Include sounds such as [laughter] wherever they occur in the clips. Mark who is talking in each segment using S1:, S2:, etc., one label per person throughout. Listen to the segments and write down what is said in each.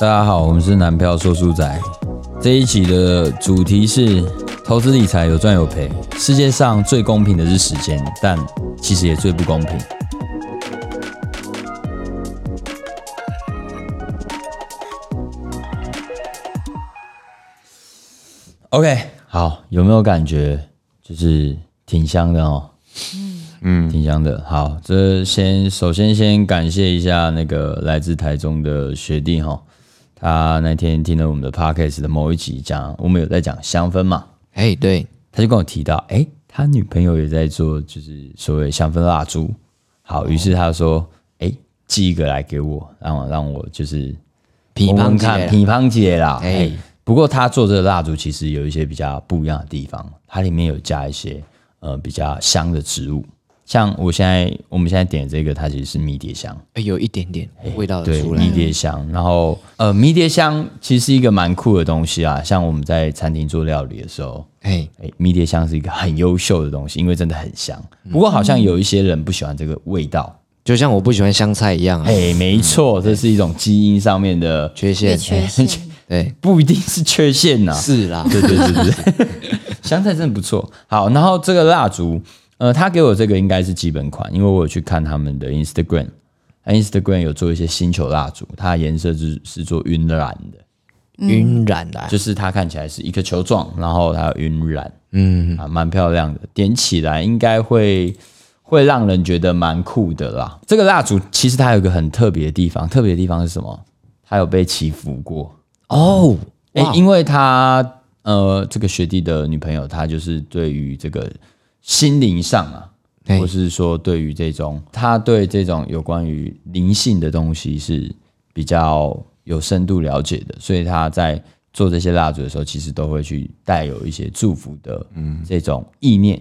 S1: 大家好，我们是南漂说书仔。这一期的主题是投资理财有赚有赔。世界上最公平的是时间，但其实也最不公平。OK，好，有没有感觉就是挺香的哦？嗯，挺香的。好，这先首先先感谢一下那个来自台中的学弟哈，他那天听了我们的 podcast 的某一集讲，我们有在讲香氛嘛，
S2: 哎，对，
S1: 他就跟我提到，诶，他女朋友也在做就是所谓香氛蜡烛。好，于是他说，诶，寄一个来给我，让我让我就是
S2: 批
S1: 闻
S2: 判
S1: 闻
S2: 之类
S1: 看
S2: 的
S1: 乒乓姐啦。哎、
S2: 哎
S1: 不过他做这个蜡烛其实有一些比较不一样的地方，它里面有加一些呃比较香的植物，像我现在我们现在点的这个，它其实是迷迭香。
S2: 哎有一点点味道
S1: 哎对，
S2: 出来
S1: 迷，迭香。然后呃，迷迭香其实是一个蛮酷的东西啊，像我们在餐厅做料理的时候，
S2: 哎，
S1: 哎，迷迭香是一个很优秀的东西，因为真的很香。不过好像有一些人不喜欢这个味道。
S2: 就像我不喜欢香菜一样啊，
S1: 哎，没错，这是一种基因上面的，
S2: 缺
S3: 也
S2: 陷，
S3: 缺陷。
S2: [laughs] 对，
S1: 不一定是缺陷呐、
S2: 是啦，
S1: [laughs] 对对对对对， [laughs] 香菜真的不错。好，然后这个蜡烛，呃，他给我这个应该是基本款，因为我有去看他们的 Instagram。啊 Instagram 有做一些星球蜡烛，它的颜色是是做晕染的，
S2: 晕染啦，
S1: 就是它看起来是一个球状，然后它有晕染，嗯啊，蛮漂亮的，点起来应该会会让人觉得蛮酷的啦。这个蜡烛其实它有一个很特别的地方，特别的地方是什么？它有被祈福过，
S2: 哦，
S1: 哎、
S2: 哇，
S1: 因为他呃，这个学弟的女朋友，她就是对于这个心灵上啊，
S2: 哎
S1: 或是说对于这种，她对这种有关于灵性的东西是比较有深度了解的，所以她在做这些蜡烛的时候，其实都会去带有一些祝福的这种意念。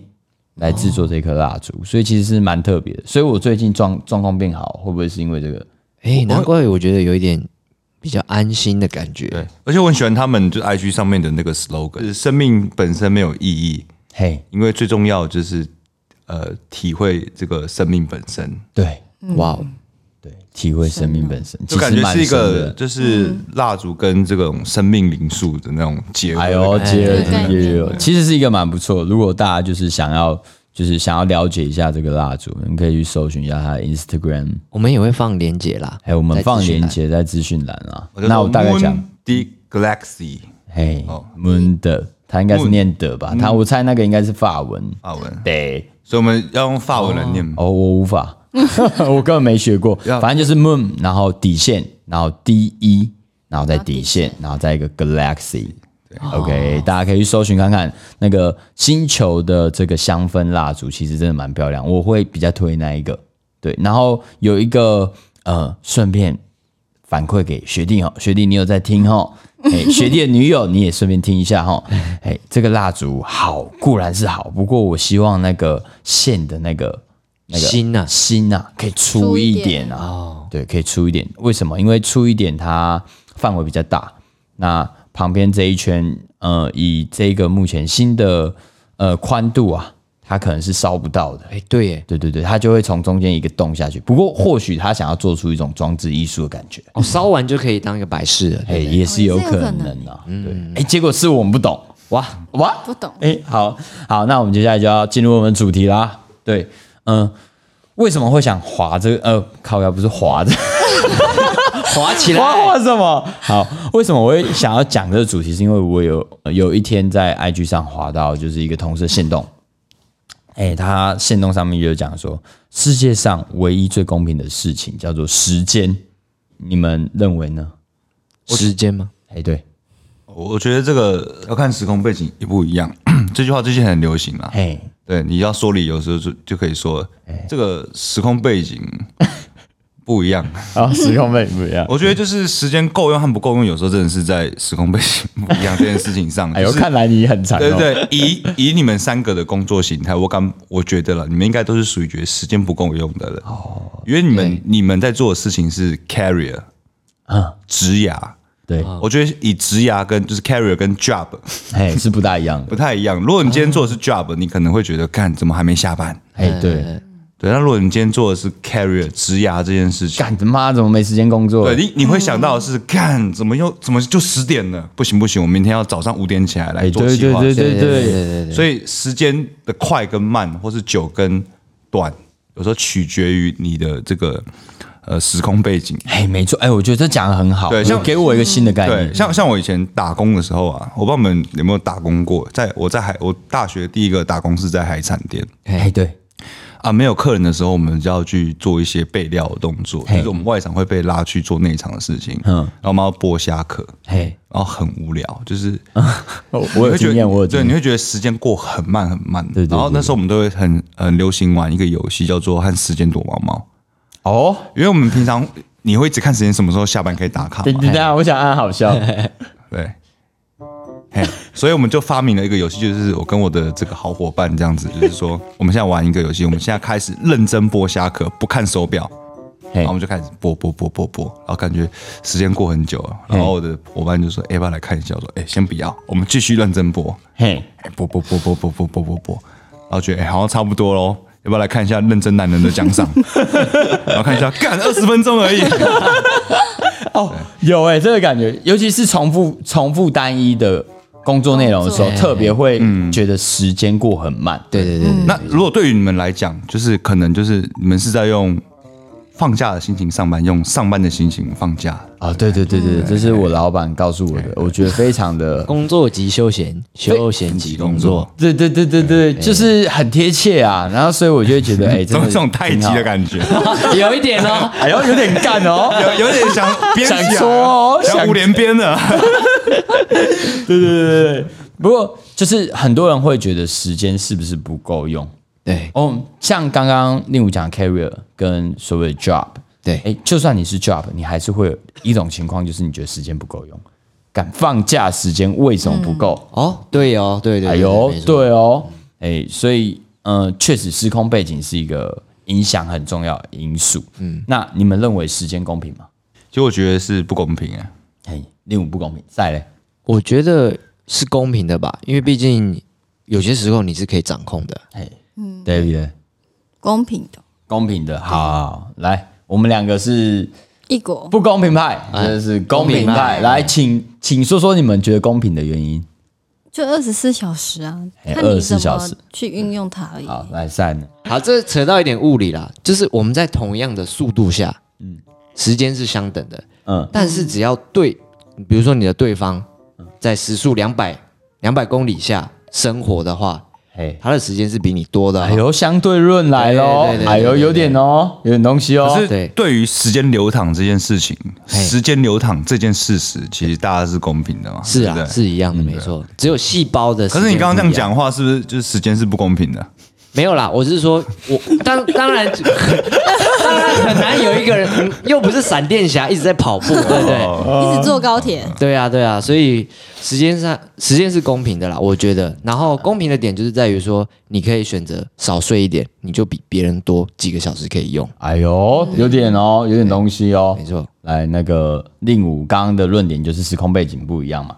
S1: 来制作这颗蜡烛，所以其实是蛮特别的。所以我最近状状况变好，会不会是因为这个？
S2: 哎，难怪我觉得有一点比较安心的感觉，
S4: 对，而且我很喜欢他们就 IG 上面的那个 slogan，就是生命本身没有意义，
S1: 嘿，
S4: 因为最重要的就是呃体会这个生命本身，
S1: 对
S2: 哇哦，
S1: 对，体会生命本身，
S4: 就
S1: 其
S4: 感
S1: 实
S4: 觉
S1: 蛮
S4: 是一
S1: 深
S4: 个
S1: 的
S4: 就是蜡烛跟这种生命灵数的那种结合。
S1: 哎呦，
S2: 哎
S1: 接了
S3: 对
S1: 接了，有其实是一个蛮不错。如果大家就是想要，就是想要了解一下这个蜡烛，你可以去搜寻一下它的 Instagram，
S2: 我们也会放链接啦，
S1: 哎还有我们
S2: 在
S1: 放
S2: 资讯
S1: 链
S2: 栏
S1: 接在资讯栏啊。
S4: 我就哦
S1: 那我
S4: 说
S1: 大概
S4: Moon
S1: 讲，
S4: ，The Galaxy
S1: 嘿
S4: 哦
S1: ，Moon 的，它应该是
S4: Moon
S1: 念的吧？它我猜那个应该是法文，
S4: 法文，
S1: 对，
S4: 所以我们要用法文来念。
S1: 哦，我无法， [laughs] 我根本没学过，
S4: 嗯要
S1: 反正就是 Moon，然后底线，然后 D E，然后再底线，然后再一个 Galaxy。OK，大家可以去搜寻看看那个星球的这个香氛蜡烛，其实真的蛮漂亮，我会比较推那一个。对，然后有一个呃，顺便反馈给学弟哦，学弟你有在听哦，哎，学弟的女友你也顺便听一下哦，哎，这个蜡烛好固然是好，不过我希望那个线的那个那个
S2: 心啊
S1: 心啊可以粗一点啊，对，可以粗一点。为什么？因为粗一点它范围比较大，那旁边这一圈，呃，以这个目前新的呃宽度啊，它可能是烧不到的。
S2: 哎，对耶，
S1: 对对对，它就会从中间一个洞下去。不过或许他想要做出一种装置艺术的感觉，
S2: 哦，烧完就可以当一个摆饰了，
S1: 嗯哎、也是有可能啊。对，哎、结果是我们不懂，哇哇，
S3: 不懂
S1: 哎、好好，那我们接下来就要进入我们的主题啦。对，嗯、为什么会想滑这个？呃，靠腰不是滑 [laughs] 的，
S2: 滑起
S1: 我要
S2: 来，
S1: 画什么？好，为什么我会想要讲这个主题？是因为我有呃有一天在 IG 上滑到，就是一个同事的线动，哎、他线动上面就讲说，世界上唯一最公平的事情叫做时间，你们认为呢？
S2: 时间吗？
S1: 哎、对，
S4: 我我觉得这个要看时空背景也不一样， [clears throat] 这句话最近很流行啦。
S1: 嘿，
S4: 对，你要说理由的时候就就可以说这个时空背景不一样。
S1: 啊，时空背不一样。
S4: [laughs] 我觉得就是时间够用和不够用，有时候真的是在时空背景不一样这件事情上。
S1: 哎呦，
S4: 就是
S1: 看来你很长、哦。
S4: 对对对，以以你们三个的工作形态，我感我觉得了，你们应该都是属于觉得时间不够用的人。哦，因为你们你们在做的事情是 carrier，
S1: 嗯
S4: 嗯，职涯。
S1: 对，
S2: 啊
S4: 我觉得以职涯跟就是 carrier 跟 job
S1: 哎、是
S2: [laughs]
S1: 不大一样的。啊
S4: 不太一样。如果你今天做的是 job，你可能会觉得，干怎么还没下班？
S1: 哎、对，
S4: 对，那如果你今天做的是 carrier 职涯这件事情，
S1: 干他妈怎么没时间工作？
S4: 对你你会想到的是，干怎么又怎么就十点了？不行不行，我明天要早上五点起来来
S1: 哎，
S4: 做
S1: 对
S4: 计
S1: 对
S4: 划。
S1: 对对
S2: 对对对
S1: 对，
S2: 对对，
S4: 所以时间的快跟慢，或是久跟短，有时候取决于你的这个呃时空背景。
S1: 哎，嗯没错，哎，我觉得这讲的很好，
S4: 对像
S1: 给我一个新的概
S4: 对，
S1: 念。
S4: 像像我以前打工的时候啊，我不知道你们有没有打工过。在我在海，我大学第一个打工是在海产店
S1: 哎，对，
S4: 啊，没有客人的时候，我们就要去做一些备料的动作，
S1: 嘿
S4: 就是我们外场会被拉去做内场的事情，嗯
S1: 嗯，
S4: 然后我们要剥虾壳，
S1: 哎，
S4: 然后很无聊，就是
S1: 哦我有
S4: 你会觉
S1: 经
S4: 得
S1: 验，我有
S4: 对，
S1: 经
S4: 你
S1: 验。
S4: 会觉得时间过很慢很慢。
S1: 对对
S4: 然后
S1: 对
S4: 那时候我们都会很很流行玩一个游戏，叫做和时间躲猫猫，
S1: 哦，
S4: 因为我们平常你会只看时间什么时候下班可以打卡嘛，
S1: 等等下，我想按好笑。
S4: [laughs] 对。嘿，所以我们就发明了一个游戏，就是我跟我的这个好伙伴这样子，就是说，我们现在玩一个游戏，我们现在开始认真剥虾壳，不看手表，
S1: 嘿
S4: 然后我们就开始播播播播播，然后感觉时间过很久了，然后我的伙伴就说：“哎、要不要来看一下？”我说：“哎、先不要，我们继续认真播。
S1: 嘿，
S4: 哎、播播播播播播播播播，然后觉得哎、好像差不多喽，要不要来看一下认真男人的奖赏？ [laughs] 然后看一下，干二十分钟而已。
S1: 嗯哦，有哎、这个感觉，尤其是重复重复单一的工作内容的时候，
S2: 工作
S1: 特别会
S4: 嗯
S1: 觉得时间过很慢。
S2: 对对对对，
S4: 那如果对于你们来讲，就是可能就是你们是在用放假的心情上班，用上班的心情放假。
S1: 啊、对对对
S4: 嗯
S1: 对，这是我老板告诉我的，我觉得非常的，
S2: 工作即休闲，休闲即工作，
S1: 对对对对对，就是很贴切啊。然后所以我就会觉得，
S4: [laughs]
S1: 哎、真
S4: 怎
S1: 的
S4: 么嗯这种太极的感觉？
S2: [laughs] 有一点哦。
S1: 觉，哎呦，有点干哦。
S4: 有有
S1: [laughs]
S4: 点想编起来
S1: 想说哦
S4: 想
S1: 想
S4: 五连
S1: [laughs]
S4: 编了。
S1: 不过就是很多人会觉得时间是不是不够用？
S2: 对
S1: 哦，像刚刚令武讲的 career 跟所谓的 job，
S2: 对
S1: 哎，就算你是 job，你还是会有一种情况，就是你觉得时间不够用，敢放假时间为什么不够？
S2: 哦，对哦，对对，
S1: 哎
S2: 对
S1: 呦，，
S2: 没错
S1: 对哦，哎，所以呃，确实时空背景是一个影响很重要的因素。嗯，那你们认为时间公平吗？
S4: 其实我觉得是不公平哎、
S1: 哎，令武不公平，再嘞，
S2: 我觉得是公平的吧，因为毕竟有些时候你是可以掌控的。
S1: 哎，，David 嘞嗯
S3: 公平的
S1: 公平的，好好，好来，我们两个是
S3: 一国
S1: 不公平派，这是哎公平
S2: 公平
S1: 派。
S2: 派
S1: 来，请请说说你们觉得公平的原因。
S3: 就二十四小时啊，
S1: 哎
S3: 看你怎
S1: 24小
S3: 么
S1: 时
S3: 去运用它而已。
S1: 好，来散了。
S2: 好，这扯到一点物理啦，就是我们在同样的速度下，嗯，时间是相等的，
S1: 嗯，
S2: 但是只要对，比如说你的对方在时速两百两百公里下生活的话，
S1: 嘿，
S2: 他的时间是比你多的、哦
S1: 哎，呦，相对论来喽
S2: 对对对对，
S1: 哎呦，
S2: 对对
S1: 有点哦，有点东西哦。
S4: 可是
S2: 对
S4: 对于时间流淌这件事情，
S2: 嘿
S4: 时间流淌这件事实，其实大家是公平的嘛？
S2: 是
S4: 对
S2: 啊，
S4: 不对
S2: 是一样的，没错。只有细胞的时
S4: 可
S2: 间
S4: 是
S2: 不一样。
S4: 你刚刚这样讲话，是不是就是时间是不公平的？
S2: 没有啦，我是说，我 [laughs] 当当然当然很难有一个人嗯又不是闪电侠一直在跑 [laughs] 步，对不对？
S3: 一直坐高铁，
S2: 对啊，对啊，所以时间上时间是公平的啦，我觉得。然后公平的点就是在于说，你可以选择少睡一点，你就比别人多几个小时可以用。
S1: 哎呦，有点哦，有点东西哦
S2: 没。错，
S1: 来，那个令武刚刚的论点就是时空背景不一样嘛。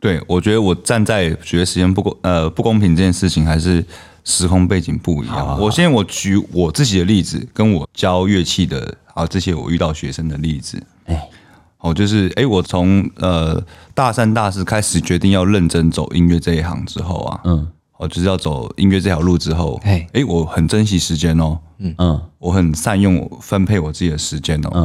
S4: 对，我觉得我站在觉得时间不公呃不公平这件事情，还是时空背景不一样。我现在我举我自己的例子，跟我教乐器的啊这些我遇到学生的例子，
S1: 哎，
S4: 哦，就是哎，我从呃大三大四开始决定要认真走音乐这一行之后啊，嗯，哦，就是要走音乐这条路之后，
S2: 嘿
S4: 哎，我很珍惜时间哦，
S1: 嗯
S4: 我很善用我分配我自己的时间哦，
S1: 嗯，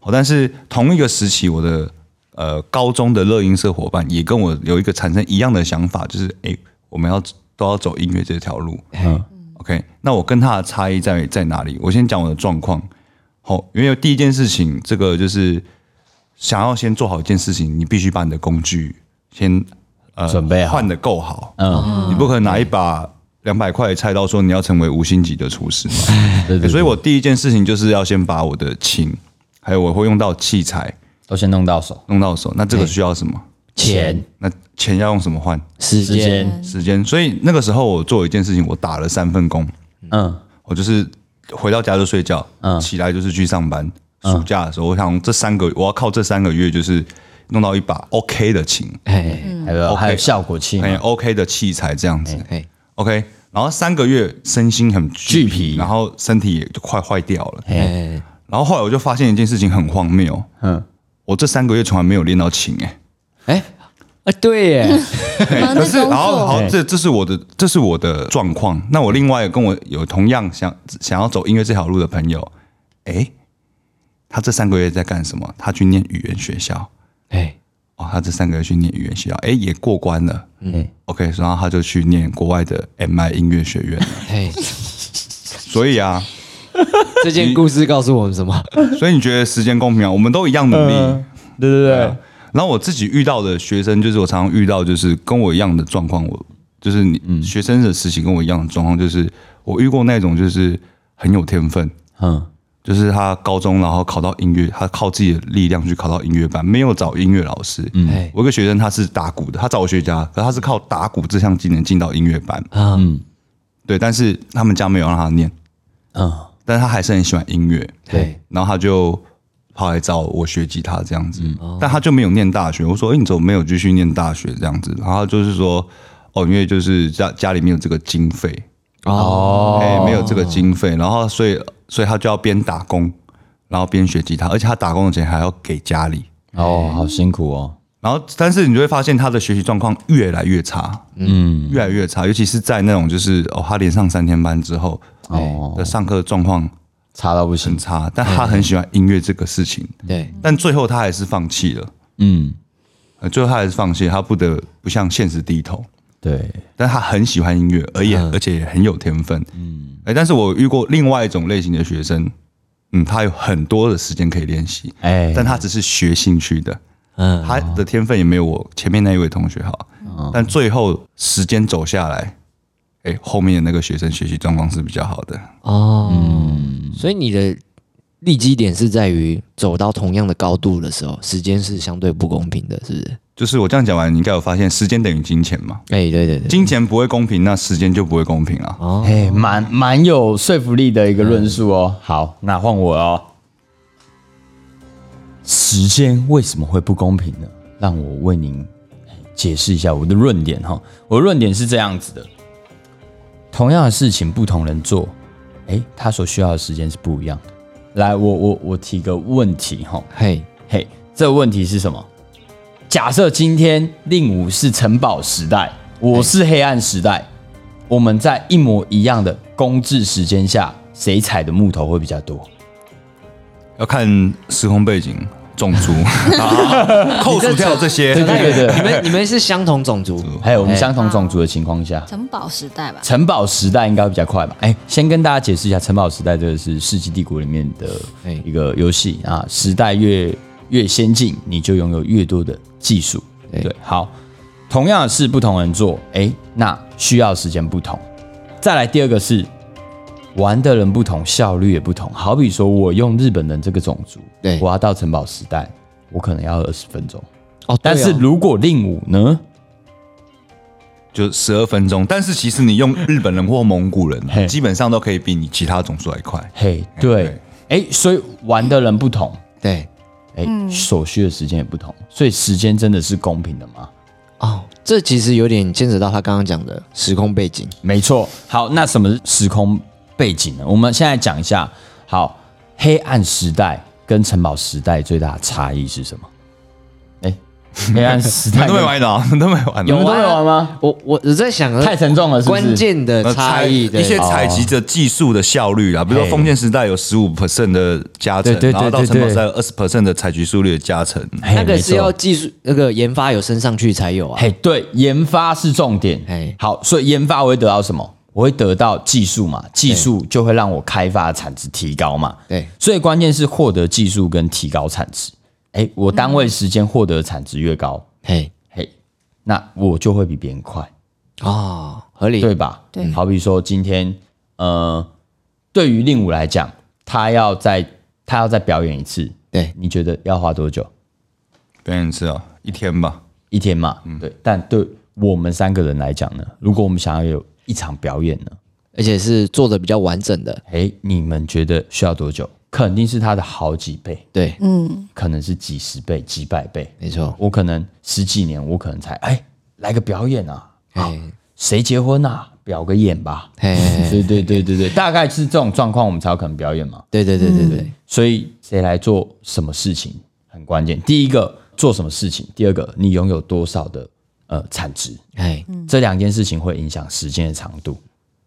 S4: 哦，但是同一个时期，我的呃高中的乐音社伙伴也跟我有一个产生一样的想法，就是诶，我们要都要走音乐这条路。
S1: 嗯
S4: OK，那我跟他的差异在在哪里？我先讲我的状况。好、因为第一件事情，这个就是想要先做好一件事情，你必须把你的工具先呃
S1: 嗯准备好
S4: 换的够好。
S1: 嗯，
S4: 你不可能拿一把两百块的菜刀说你要成为五星级的厨师嘛。
S1: 对对
S4: 欸
S1: 对，
S4: 所以我第一件事情就是要先把我的琴，还有我会用到器材
S1: 都先弄到手。
S4: 弄到手。那这个需要什么？
S1: 钱、
S4: 那钱要用什么换？
S2: 时
S1: 时
S2: 间，
S1: 间，
S4: 时间。所以那个时候我做一件事情，我打了三份工，
S1: 嗯，
S4: 我就是回到家就睡觉，
S1: 嗯
S4: 起来就是去上班。暑假的时候，我想这三个我要靠这三个月就是弄到一把 OK 的琴，哎
S2: 哎
S1: 还有
S4: OK
S1: 还有效果器嘛，
S4: 很 OK 的器材这样子。
S2: 哎，
S4: OK，然后三个月身心很
S1: 巨
S4: 俱
S1: 疲
S4: 然后身体也就快坏掉了。
S2: 哎，
S4: 然后后来我就发现一件事情很荒谬，
S1: 嗯，
S4: 我这三个月从来没有练到琴哎、
S2: 哎啊，对耶，
S3: 忙
S4: 可
S3: 着
S4: 是，
S3: 啊工
S4: 然后
S3: 作，
S4: 好，这这是我的，这是我的状况。那我另外跟我有同样想想要走音乐这条路的朋友，哎，他这三个月在干什么？他去念语言学校
S2: 哎，
S4: 哦，他这三个月去念语言学校，哎，也过关了。
S1: 嗯
S4: 嗯，OK，然后他就去念国外的 MI 音乐学院了。
S2: 哎，
S4: 所以啊，
S2: 这件故事告诉我们什么？
S1: [laughs]
S4: 所以你觉得时间公平啊？我们都一样努力。
S1: 嗯
S4: 啊
S1: 对对对，
S4: 然后我自己遇到的学生，就是我常常遇到，就是跟我一样的状况。我就是你、学生的时期跟我一样的状况，就是我遇过那种就是很有天分，
S1: 嗯，
S4: 就是他高中然后考到音乐，他靠自己的力量去考到音乐班，没有找音乐老师。嗯，
S2: 哎
S4: 我有一个学生他是打鼓的，他找我学家，可他是靠打鼓这项技能进到音乐班。
S2: 啊，
S4: 对，但是他们家没有让他念，
S1: 嗯，
S4: 但是他还是很喜欢音乐。
S2: 对，
S4: 然后他就跑来找我学吉他这样子，但他就没有念大学。我说：“哎、你怎么没有继续念大学这样子？”然后他就是说：“哦，因为就是家家里没有这个经费，
S2: 哦，
S4: 哎、没有这个经费，然后所以所以他就要边打工，然后边学吉他，而且他打工的钱还要给家里。
S1: 哦，好辛苦哦，
S4: 然后，但是你就会发现他的学习状况越来越差，嗯，越来越差，尤其是在那种就是哦，他连上三天班之后，哦
S1: 哦，
S4: 的上课状况
S1: 差到不行
S4: 很，差，但他很喜欢音乐这个事情，
S2: 对，
S4: 但最后他还是放弃了。
S1: 嗯，
S4: 呃，最后他还是放弃，他不得不向现实低头。
S1: 对，
S4: 但他很喜欢音乐，而也、而且也很有天分。嗯，哎、但是我遇过另外一种类型的学生，嗯，他有很多的时间可以练习，
S1: 哎，
S4: 但他只是学兴趣的，
S2: 嗯，
S4: 他的天分也没有我前面那一位同学好。但最后时间走下来，哎、后面的那个学生学习状况是比较好的。
S2: 哦，所以你的立基点是在于走到同样的高度的时候，时间是相对不公平的，是不是？
S4: 就是我这样讲完，你应该有发现，时间等于金钱嘛，
S2: 哎，对对对，
S4: 金钱不会公平，那时间就不会公平啊。
S1: 哎，蛮蛮有说服力的一个论述哦。好，那换我哦。时间为什么会不公平呢？让我为您哎解释一下我的论点哈。我的论点是这样子的：同样的事情，不同人做，哎，他所需要的时间是不一样的。来，我我我提个问题哈，
S2: 嘿，
S1: 嘿，这个问题是什么？假设今天令武是城堡时代，我是黑暗时代，我们在一模一样的公制时间下，谁采的木头会比较多？
S4: 要看时空背景、种
S1: [laughs]
S4: 族，扣除掉这些，
S1: 对对对对，
S2: 你们你们是相同种 [laughs] 族，
S1: 还有我们
S2: 哎
S1: 相同种族的情况下，
S3: 城堡时代吧，
S1: 城堡时代应该会比较快吧？哎，先跟大家解释一下，城堡时代这个是《世纪帝国》里面的
S2: 哎
S1: 一个游戏啊，时代越越先进，你就拥有越多的技术。
S2: 哎
S1: 对，好，同样的事，不同人做，哎，那需要时间不同。再来第二个是玩的人不同，效率也不同。好比说，我用日本人这个种族，
S2: 对
S1: 我要到城堡时代，我可能要二十分钟。
S2: 哦，
S1: 但
S2: 对
S1: 是
S2: 哦
S1: 如果令武呢？
S4: 就十二分钟。但是其实你用日本人或蒙古人
S1: 嘿
S4: 啊，基本上都可以比你其他种族还快。
S1: 嘿，对，哎，所以玩的人不同，
S2: 对
S1: 哎，所需的时间也不同，所以时间真的是公平的吗？
S2: 哦，这其实有点牵扯到他刚刚讲的时空背景，
S1: 没错。好，那什么是时空背景呢？我们现在讲一下。好，黑暗时代跟城堡时代最大的差异是什么？哎，黑暗时
S4: 你
S1: 代啊
S4: 们都没，玩到，你们 [laughs] 都没玩哦
S1: 你
S4: 到
S1: 们。都没玩吗？
S2: 我我我在想，
S1: 太沉重了，是不是？
S2: 关键的
S4: 呃
S2: 差异的
S4: 一些采集着技术的效率啊，比如说封建时代有十五 percent 的加成
S1: 对对对，
S4: 然后到
S1: 对
S4: 城堡时代
S1: 对
S4: 有二十 percent 的采集速率的加成。
S1: 嘿
S2: 那个
S1: 没
S2: 是
S1: 错
S2: 要技术那个研发有升上去才有啊。
S1: 嘿，对，研发是重点。
S2: 嘿
S1: 好，所以研发我会得到什么？我会得到技术嘛，技术就会让我开发的产值提高嘛。
S2: 对
S1: 所以关键是获得技术跟提高产值。哎，我单位时间获得的产值越高，
S2: 嘿
S1: 嘿，那我就会比别人快，
S2: 哦，合理
S1: 对吧？
S3: 对
S1: 好比说今天，呃，对于令武来讲，他要在他要再表演一次，
S2: 对
S1: 你觉得要花多久？
S4: 表演是啊，一天吧，
S1: 一天嘛，对。但对我们三个人来讲呢，如果我们想要有一场表演呢，
S2: 而且是做的比较完整的，
S1: 哎，你们觉得需要多久？肯定是他的好几倍，
S2: 对，
S1: 可能是几十倍、几百倍。
S2: 没错，
S1: 我可能十几年，我可能才哎来个表演啊，
S2: 哎
S1: 谁结婚啊？表个演吧。
S2: 嘿嘿嘿
S1: 对对对对对，大概是这种状况，我们才有可能表演嘛。
S2: 对对对对对，
S1: 所以谁来做什么事情很关键。第一个做什么事情，第二个你拥有多少的呃产值，
S2: 哎，
S1: 这两件事情会影响时间的长度，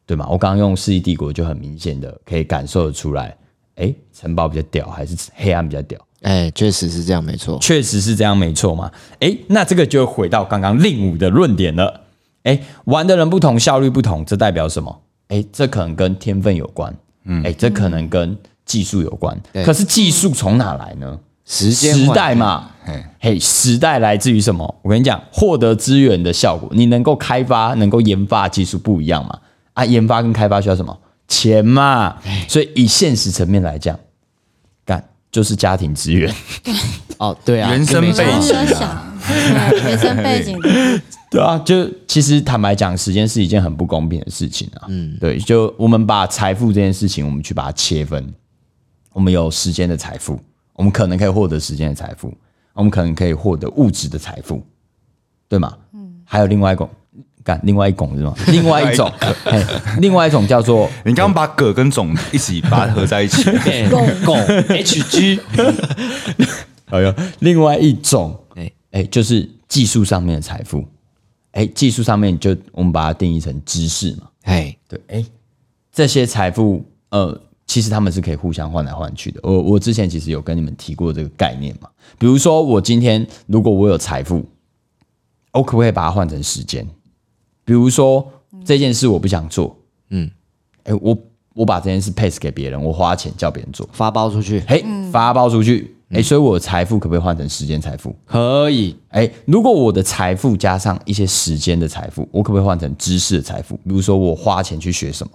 S1: 对吗？我刚刚用《世纪帝国》就很明显的可以感受得出来，哎，城堡比较屌还是黑暗比较屌？
S2: 哎，确实是这样，没错。
S1: 确实是这样，没错嘛。诶，那这个就回到刚刚令武的论点了。诶，玩的人不同，效率不同，这代表什么？诶，这可能跟天分有关，嗯，诶，这可能跟技术有关。可是技术从哪来呢？
S2: 时间
S1: 时
S2: 换
S1: 代嘛，嘿，时代来自于什么？我跟你讲，获得资源的效果，你能够开发、能够研发的技术不一样嘛？啊，研发跟开发需要什么？钱嘛。所以以现实层面来讲，干就是家庭资源。
S2: 哦，对啊，
S4: 原生
S2: 没错
S4: 背
S3: 我
S4: 景
S1: [laughs]
S3: 在想，对原生背景
S1: 对啊，就其实坦白讲，时间是一件很不公平的事情啊。嗯，对，就我们把财富这件事情，我们去把它切分。我们有时间的财富，我们可能可以获得时间的财富，我们可能可以获得物质的财富，对吗？嗯，还有另外一种，干另外一种是吗？另外一种，嘿另外一种叫做
S4: 你刚刚把葛跟种一起把它合在
S1: [laughs]
S4: 一起，
S2: 哎共 HG，
S1: 哎呦，另外一种，哎
S2: 哎、
S1: 就是技术上面的财富，哎、技术上面就我们把它定义成知识嘛。
S2: 哎，
S1: 对，哎，这些财富，呃，其实他们是可以互相换来换去的。我我之前其实有跟你们提过这个概念嘛，比如说我今天如果我有财富，我可不可以把它换成时间？比如说这件事我不想做，嗯，哎，我我把这件事 pass 给别人，我花钱叫别人做，
S2: 发包出去
S1: 嘿，发包出去，哎，所以我的财富可不可以换成时间财富？
S2: 嗯可以，
S1: 哎，如果我的财富加上一些时间的财富，我可不可以换成知识的财富？比如说我花钱去学什么？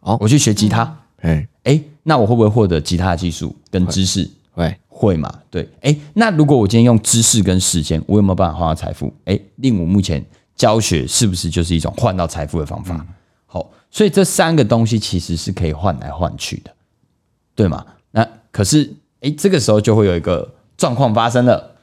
S2: 哦
S1: 我去学吉他，
S2: 哎，
S1: 哎、那我会不会获得吉他的技术跟知识？
S2: 喂，
S1: 会嘛？对，哎、那如果我今天用知识跟时间，我有没有办法换到财富？哎、令我目前教学是不是就是一种换到财富的方法？好，所以这三个东西其实是可以换来换去的，对吗？那可是，哎、这个时候就会有一个状况发生了，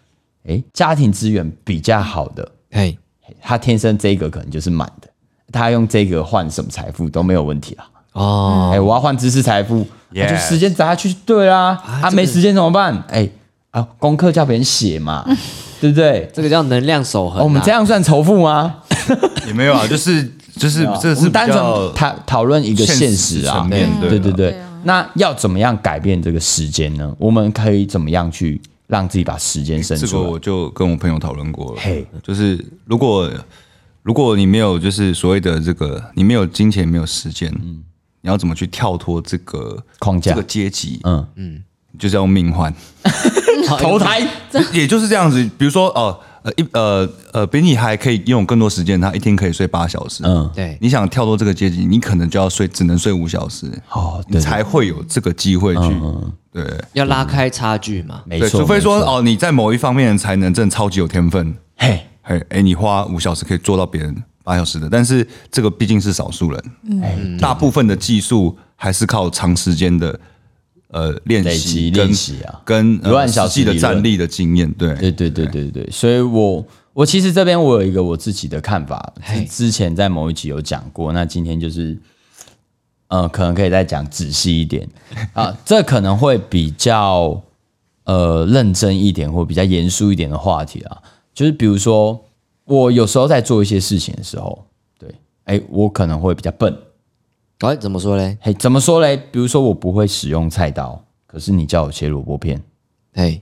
S1: 哎、家庭资源比较好的，
S2: 哎，
S1: 他天生这个可能就是满的，他用这个换什么财富都没有问题啦。
S2: 哦，
S1: 哎、我要换知识财富，我
S4: Yes
S1: 就时间砸下去就对啦。啊，没时间怎么办？哎、啊，功课叫别人写嘛，对不对？
S2: 这个叫能量守恒啊。
S1: 哦我们这样算仇富吗？
S4: 也没有啊，就是就是这
S1: 啊我
S4: 是
S1: 们
S4: 比
S1: 单
S4: 较
S1: 纯讨讨论一个现实啊，
S4: 层面
S1: 对对
S4: 对
S1: 对对
S4: 啊
S3: 对啊
S1: 那要怎么样改变这个时间呢？我们可以怎么样去让自己把时间生
S4: 这个
S1: 出来？
S4: 我就跟我朋友讨论过了
S1: 嘿，
S4: 就是如果如果你没有就是所谓的这个，你没有金钱，没有时间，你要怎么去跳脱这个
S1: 嗯框架
S4: 这个阶级？
S1: 嗯
S4: 嗯嗯，就是要用
S1: [laughs]
S4: 命换，
S1: 投胎
S4: [laughs] 也就是这样子。比如说哦，呃一呃呃，比你还可以拥有更多时间，他一天可以睡八小时，
S1: 嗯
S4: 嗯，
S2: 对，
S4: 你想跳脱这个阶级，你可能就要睡，只能睡五小时，
S1: 哦，
S4: 你
S1: 对，
S4: 才会有这个机会去对。
S2: 要拉开差距嘛。
S1: 嗯没
S4: 对，
S1: 错，
S4: 除非说
S1: 没错，
S4: 哦，你在某一方面的才能真的超级有天分，
S1: 嘿，
S4: 嘿，哎，你花五小时可以做到别人八小时的，但是这个毕竟是少数人，
S1: 哎
S4: 嗯，大部分的技术还是靠长时间的呃练
S1: 累积
S4: 习跟
S1: 练习啊
S4: 跟呃
S1: 乱小时
S4: 实际的
S1: 理论
S4: 战力的经验，对，
S1: 对对对对对，所以我我其实这边我有一个我自己的看法，
S2: 嘿
S1: 之之前在某一集有讲过，那今天就是，呃，可能可以再讲仔细一 [laughs] 点啊，这可能会比较呃认真一点或比较严肃一点的话题啊，就是比如说我有时候在做一些事情的时候，对，哎，我可能会比较笨，
S2: 哎，怎么说嘞？
S1: 嘿，怎么说嘞？比如说我不会使用菜刀，可是你叫我切萝卜片，
S2: 哎，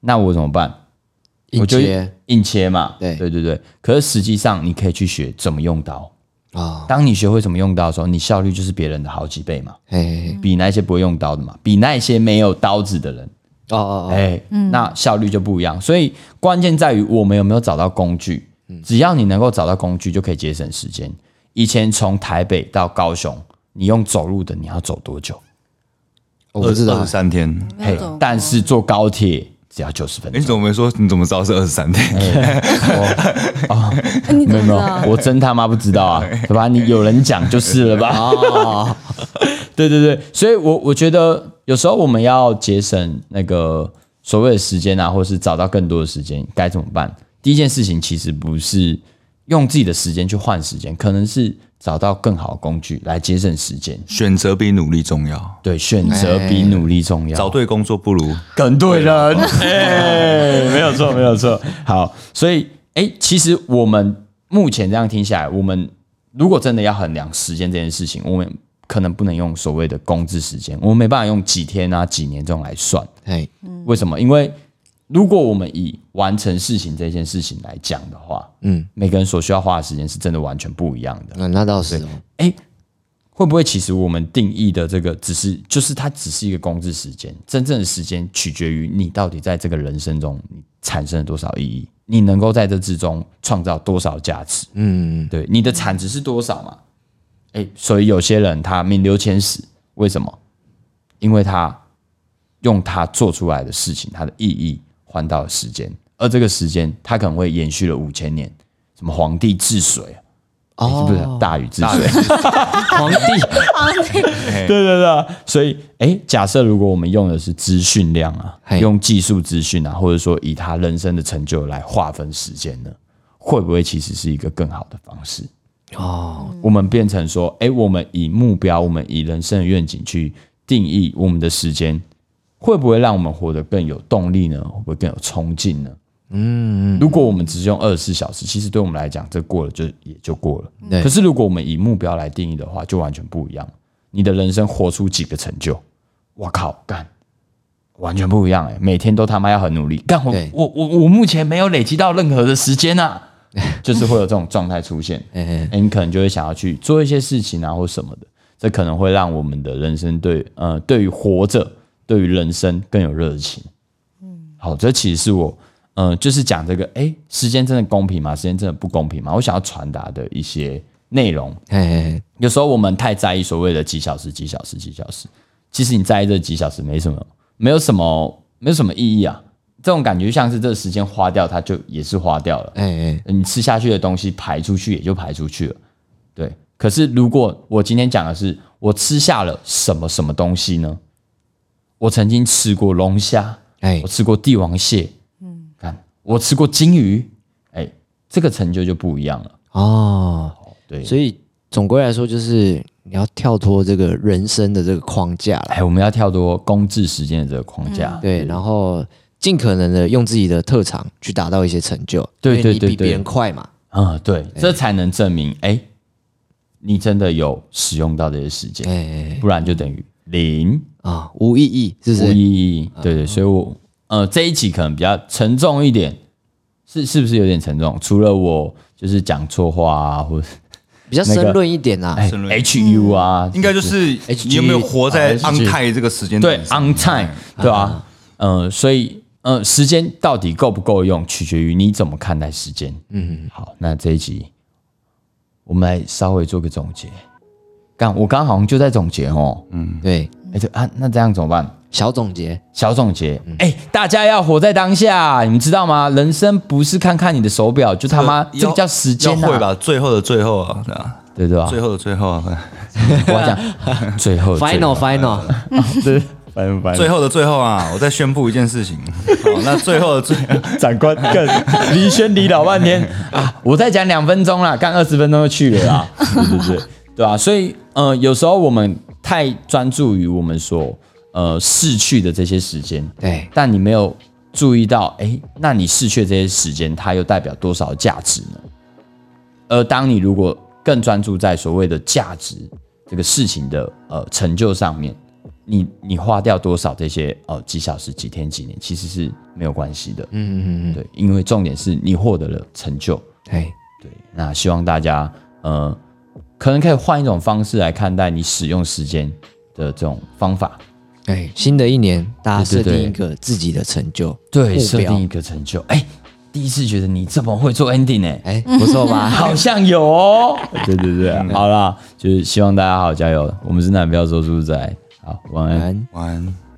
S1: 那我怎么办？
S2: 一
S1: 我就
S2: 切
S1: 硬切嘛，
S2: 对
S1: 对对对。可是实际上，你可以去学怎么用刀。
S2: 啊，
S1: 当你学会怎么用刀的时候，你效率就是别人的好几倍嘛，
S2: 嘿嘿，嘿
S1: 比那些不会用刀的嘛，比那些没有刀子的人，
S2: 哦哦哦，
S1: 哎、那效率就不一样。所以关键在于我们有没有找到工具。
S2: 嗯
S1: 只要你能够找到工具，就可以节省时间。以前从台北到高雄，你用走路的，你要走多久？
S2: 哦我不知道啊
S4: 二十，三天。
S3: 没有走过
S1: 哎但是坐高铁只要九十分
S4: 哎，
S1: 钟
S4: 你。怎么没说？你怎么知道是二十三
S1: 哎
S4: 天？
S3: 你
S1: 没
S3: 哎
S1: 有
S3: 怎么
S1: 没
S3: 知
S1: 有
S3: 道，？ [laughs]
S1: 我真他妈不知道啊，对吧？你有人讲就是了吧？ [laughs] 对对对，所以我我觉得有时候我们要节省那个所谓的时间啊，或是找到更多的时间，该怎么办？第一件事情其实不是用自己的时间去换时间，可能是找到更好的工具来节省时间。
S4: 选择比努力重要，
S1: 对，选择比努力重要。
S4: 找对工作不如
S1: 跟对人，哎，没有错，没有错。好，所以哎、其实我们目前这样听下来，我们如果真的要衡量时间这件事情，我们可能不能用所谓的工资时间，我们没办法用几天啊、几年这种来算。
S2: 哎，
S1: 为什么？因为如果我们以完成事情这件事情来讲的话，嗯，每个人所需要花的时间是真的完全不一样的。
S2: 那那倒是哦，
S1: 哎，会不会其实我们定义的这个只是，就是它只是一个公制时间，真正的时间取决于你到底在这个人生中你产生了多少意义，你能够在这之中创造多少价值，
S2: 嗯，
S1: 对，你的产值是多少嘛？哎，所以有些人他名留千史，为什么？因为他用他做出来的事情，它的意义换到了时间，而这个时间它可能会延续了五千年，什么皇帝治水啊，
S2: 哦
S1: 是不是大禹治水？
S2: 皇帝，
S1: 对对对，所以哎，假设如果我们用的是资讯量啊，
S2: 嘿
S1: 用技术资讯啊，或者说以他人生的成就来划分时间呢，会不会其实是一个更好的方式？哦，我们变成说，哎，我们以目标，我们以人生的愿景去定义我们的时间，会不会让我们活得更有动力呢？会不会更有冲劲呢？嗯，如果我们只是用二十四小时，其实对我们来讲，这过了就也就过了。
S2: 对
S1: 可是如果我们以目标来定义的话，就完全不一样了。你的人生活出几个成就？我靠，干，完全不一样哎、每天都他妈要很努力，干我
S2: 对
S1: 我我我目前没有累积到任何的时间啊，就是会有这种状态出现。
S2: 哎哎
S1: 欸你可能就会想要去做一些事情啊，或什么的，这可能会让我们的人生对呃对于活着，对于人生更有热情。嗯，好，这其实是我呃就是讲这个，哎、时间真的公平吗？时间真的不公平吗？我想要传达的一些内容。
S2: 哎哎，
S1: 有时候我们太在意所谓的几小时、几小时、几小时，其实你在意这几小时没什么，没有什么，没有什么意义啊。这种感觉像是这个时间花掉，它就也是花掉了。
S2: 哎哎，
S1: 你吃下去的东西排出去也就排出去了，对。可是如果我今天讲的是我吃下了什么什么东西呢？我曾经吃过龙虾，
S2: 哎
S1: 我吃过帝王蟹，嗯，看我吃过金鱼，哎、这个成就就不一样了。
S2: 哦，
S1: 对，
S2: 所以总归来说，就是你要跳脱这个人生的这个框架啦，
S1: 哎，我们要跳脱公制时间的这个框架，
S2: 对，然后尽可能的用自己的特长去达到一些成就，
S1: 对
S2: 因为
S1: 对
S2: 你
S1: 对
S2: 比
S1: 对
S2: 别人快嘛，
S1: 嗯，对，这才能证明，哎、你真的有使用到这些时间，
S2: 哎
S1: 不然就等于零。
S2: 啊，无意义是不
S1: 无
S2: 是？
S1: 意义。对
S4: 嗯
S1: 对，所以我呃这一集可能比较沉重一点，是是不是有点沉重？除了我就是讲错话啊，或者
S2: 比较
S1: 那
S2: 深
S1: 个
S2: 论一点啊啦，
S1: 哎
S4: 申论嗯
S1: H U 啊，
S4: 应该就是你有没有活在
S1: HG
S4: on time 这个时间
S1: 啊对
S4: 段上
S1: ，on time，对
S4: 嗯
S1: 吧？呃，所以呃，时间到底够不够用，取决于你怎么看待时间。嗯，好，那这一集我们来稍微做个总结。干，我刚好像就在总结哦。
S4: 嗯
S2: 对，
S1: 哎，对啊，那这样怎么办？
S2: 小总结，
S1: 小总结，
S4: 嗯
S1: 哎、大家要活在当下，你们知道吗？人生不是看看你的手表，就他妈这
S4: 要
S1: 个叫时间
S4: 要会
S1: 啊，
S4: 吧？最后的最后啊，对啊，
S1: 对对吧？
S4: 最后的最后啊，
S1: 我要
S4: [laughs]
S1: 讲最后
S2: final final，
S1: 对，反反
S4: 最后的最后啊，我再宣布一件事情。好，那最后的最
S1: 长官更
S4: [laughs]
S1: 离轩离老半天啊！我再讲两分钟啦，干二十分钟就去了啦， [laughs] 对对对，对啊，所以呃，有时候我们太专注于我们所呃逝去的这些时间，
S2: 对
S1: 但你没有注意到，哎，那你逝去的这些时间，它又代表多少价值呢？而当你如果更专注在所谓的价值这个事情的呃成就上面，你你花掉多少这些呃几小时、几天、几年，其实是没有关系的。
S2: 嗯嗯嗯嗯，
S1: 对，因为重点是你获得了成就。
S2: 哎，
S1: 对，那希望大家呃，可能可以换一种方式来看待你使用时间的这种方法。
S2: 哎，新的一年大
S1: 对
S2: 家设
S1: 对对
S2: 定一个自己的成就
S1: 对，
S2: 目
S1: 设
S2: 标
S1: 定一个成就。哎，第一次觉得你这么会做 ending 呢、
S2: 哎，不错吧？
S1: [laughs] 好像有哦。对对对，好啦，就是希望大家好好加油。我们是南漂说书仔，好，晚安。
S2: 嗯。
S4: 晚安。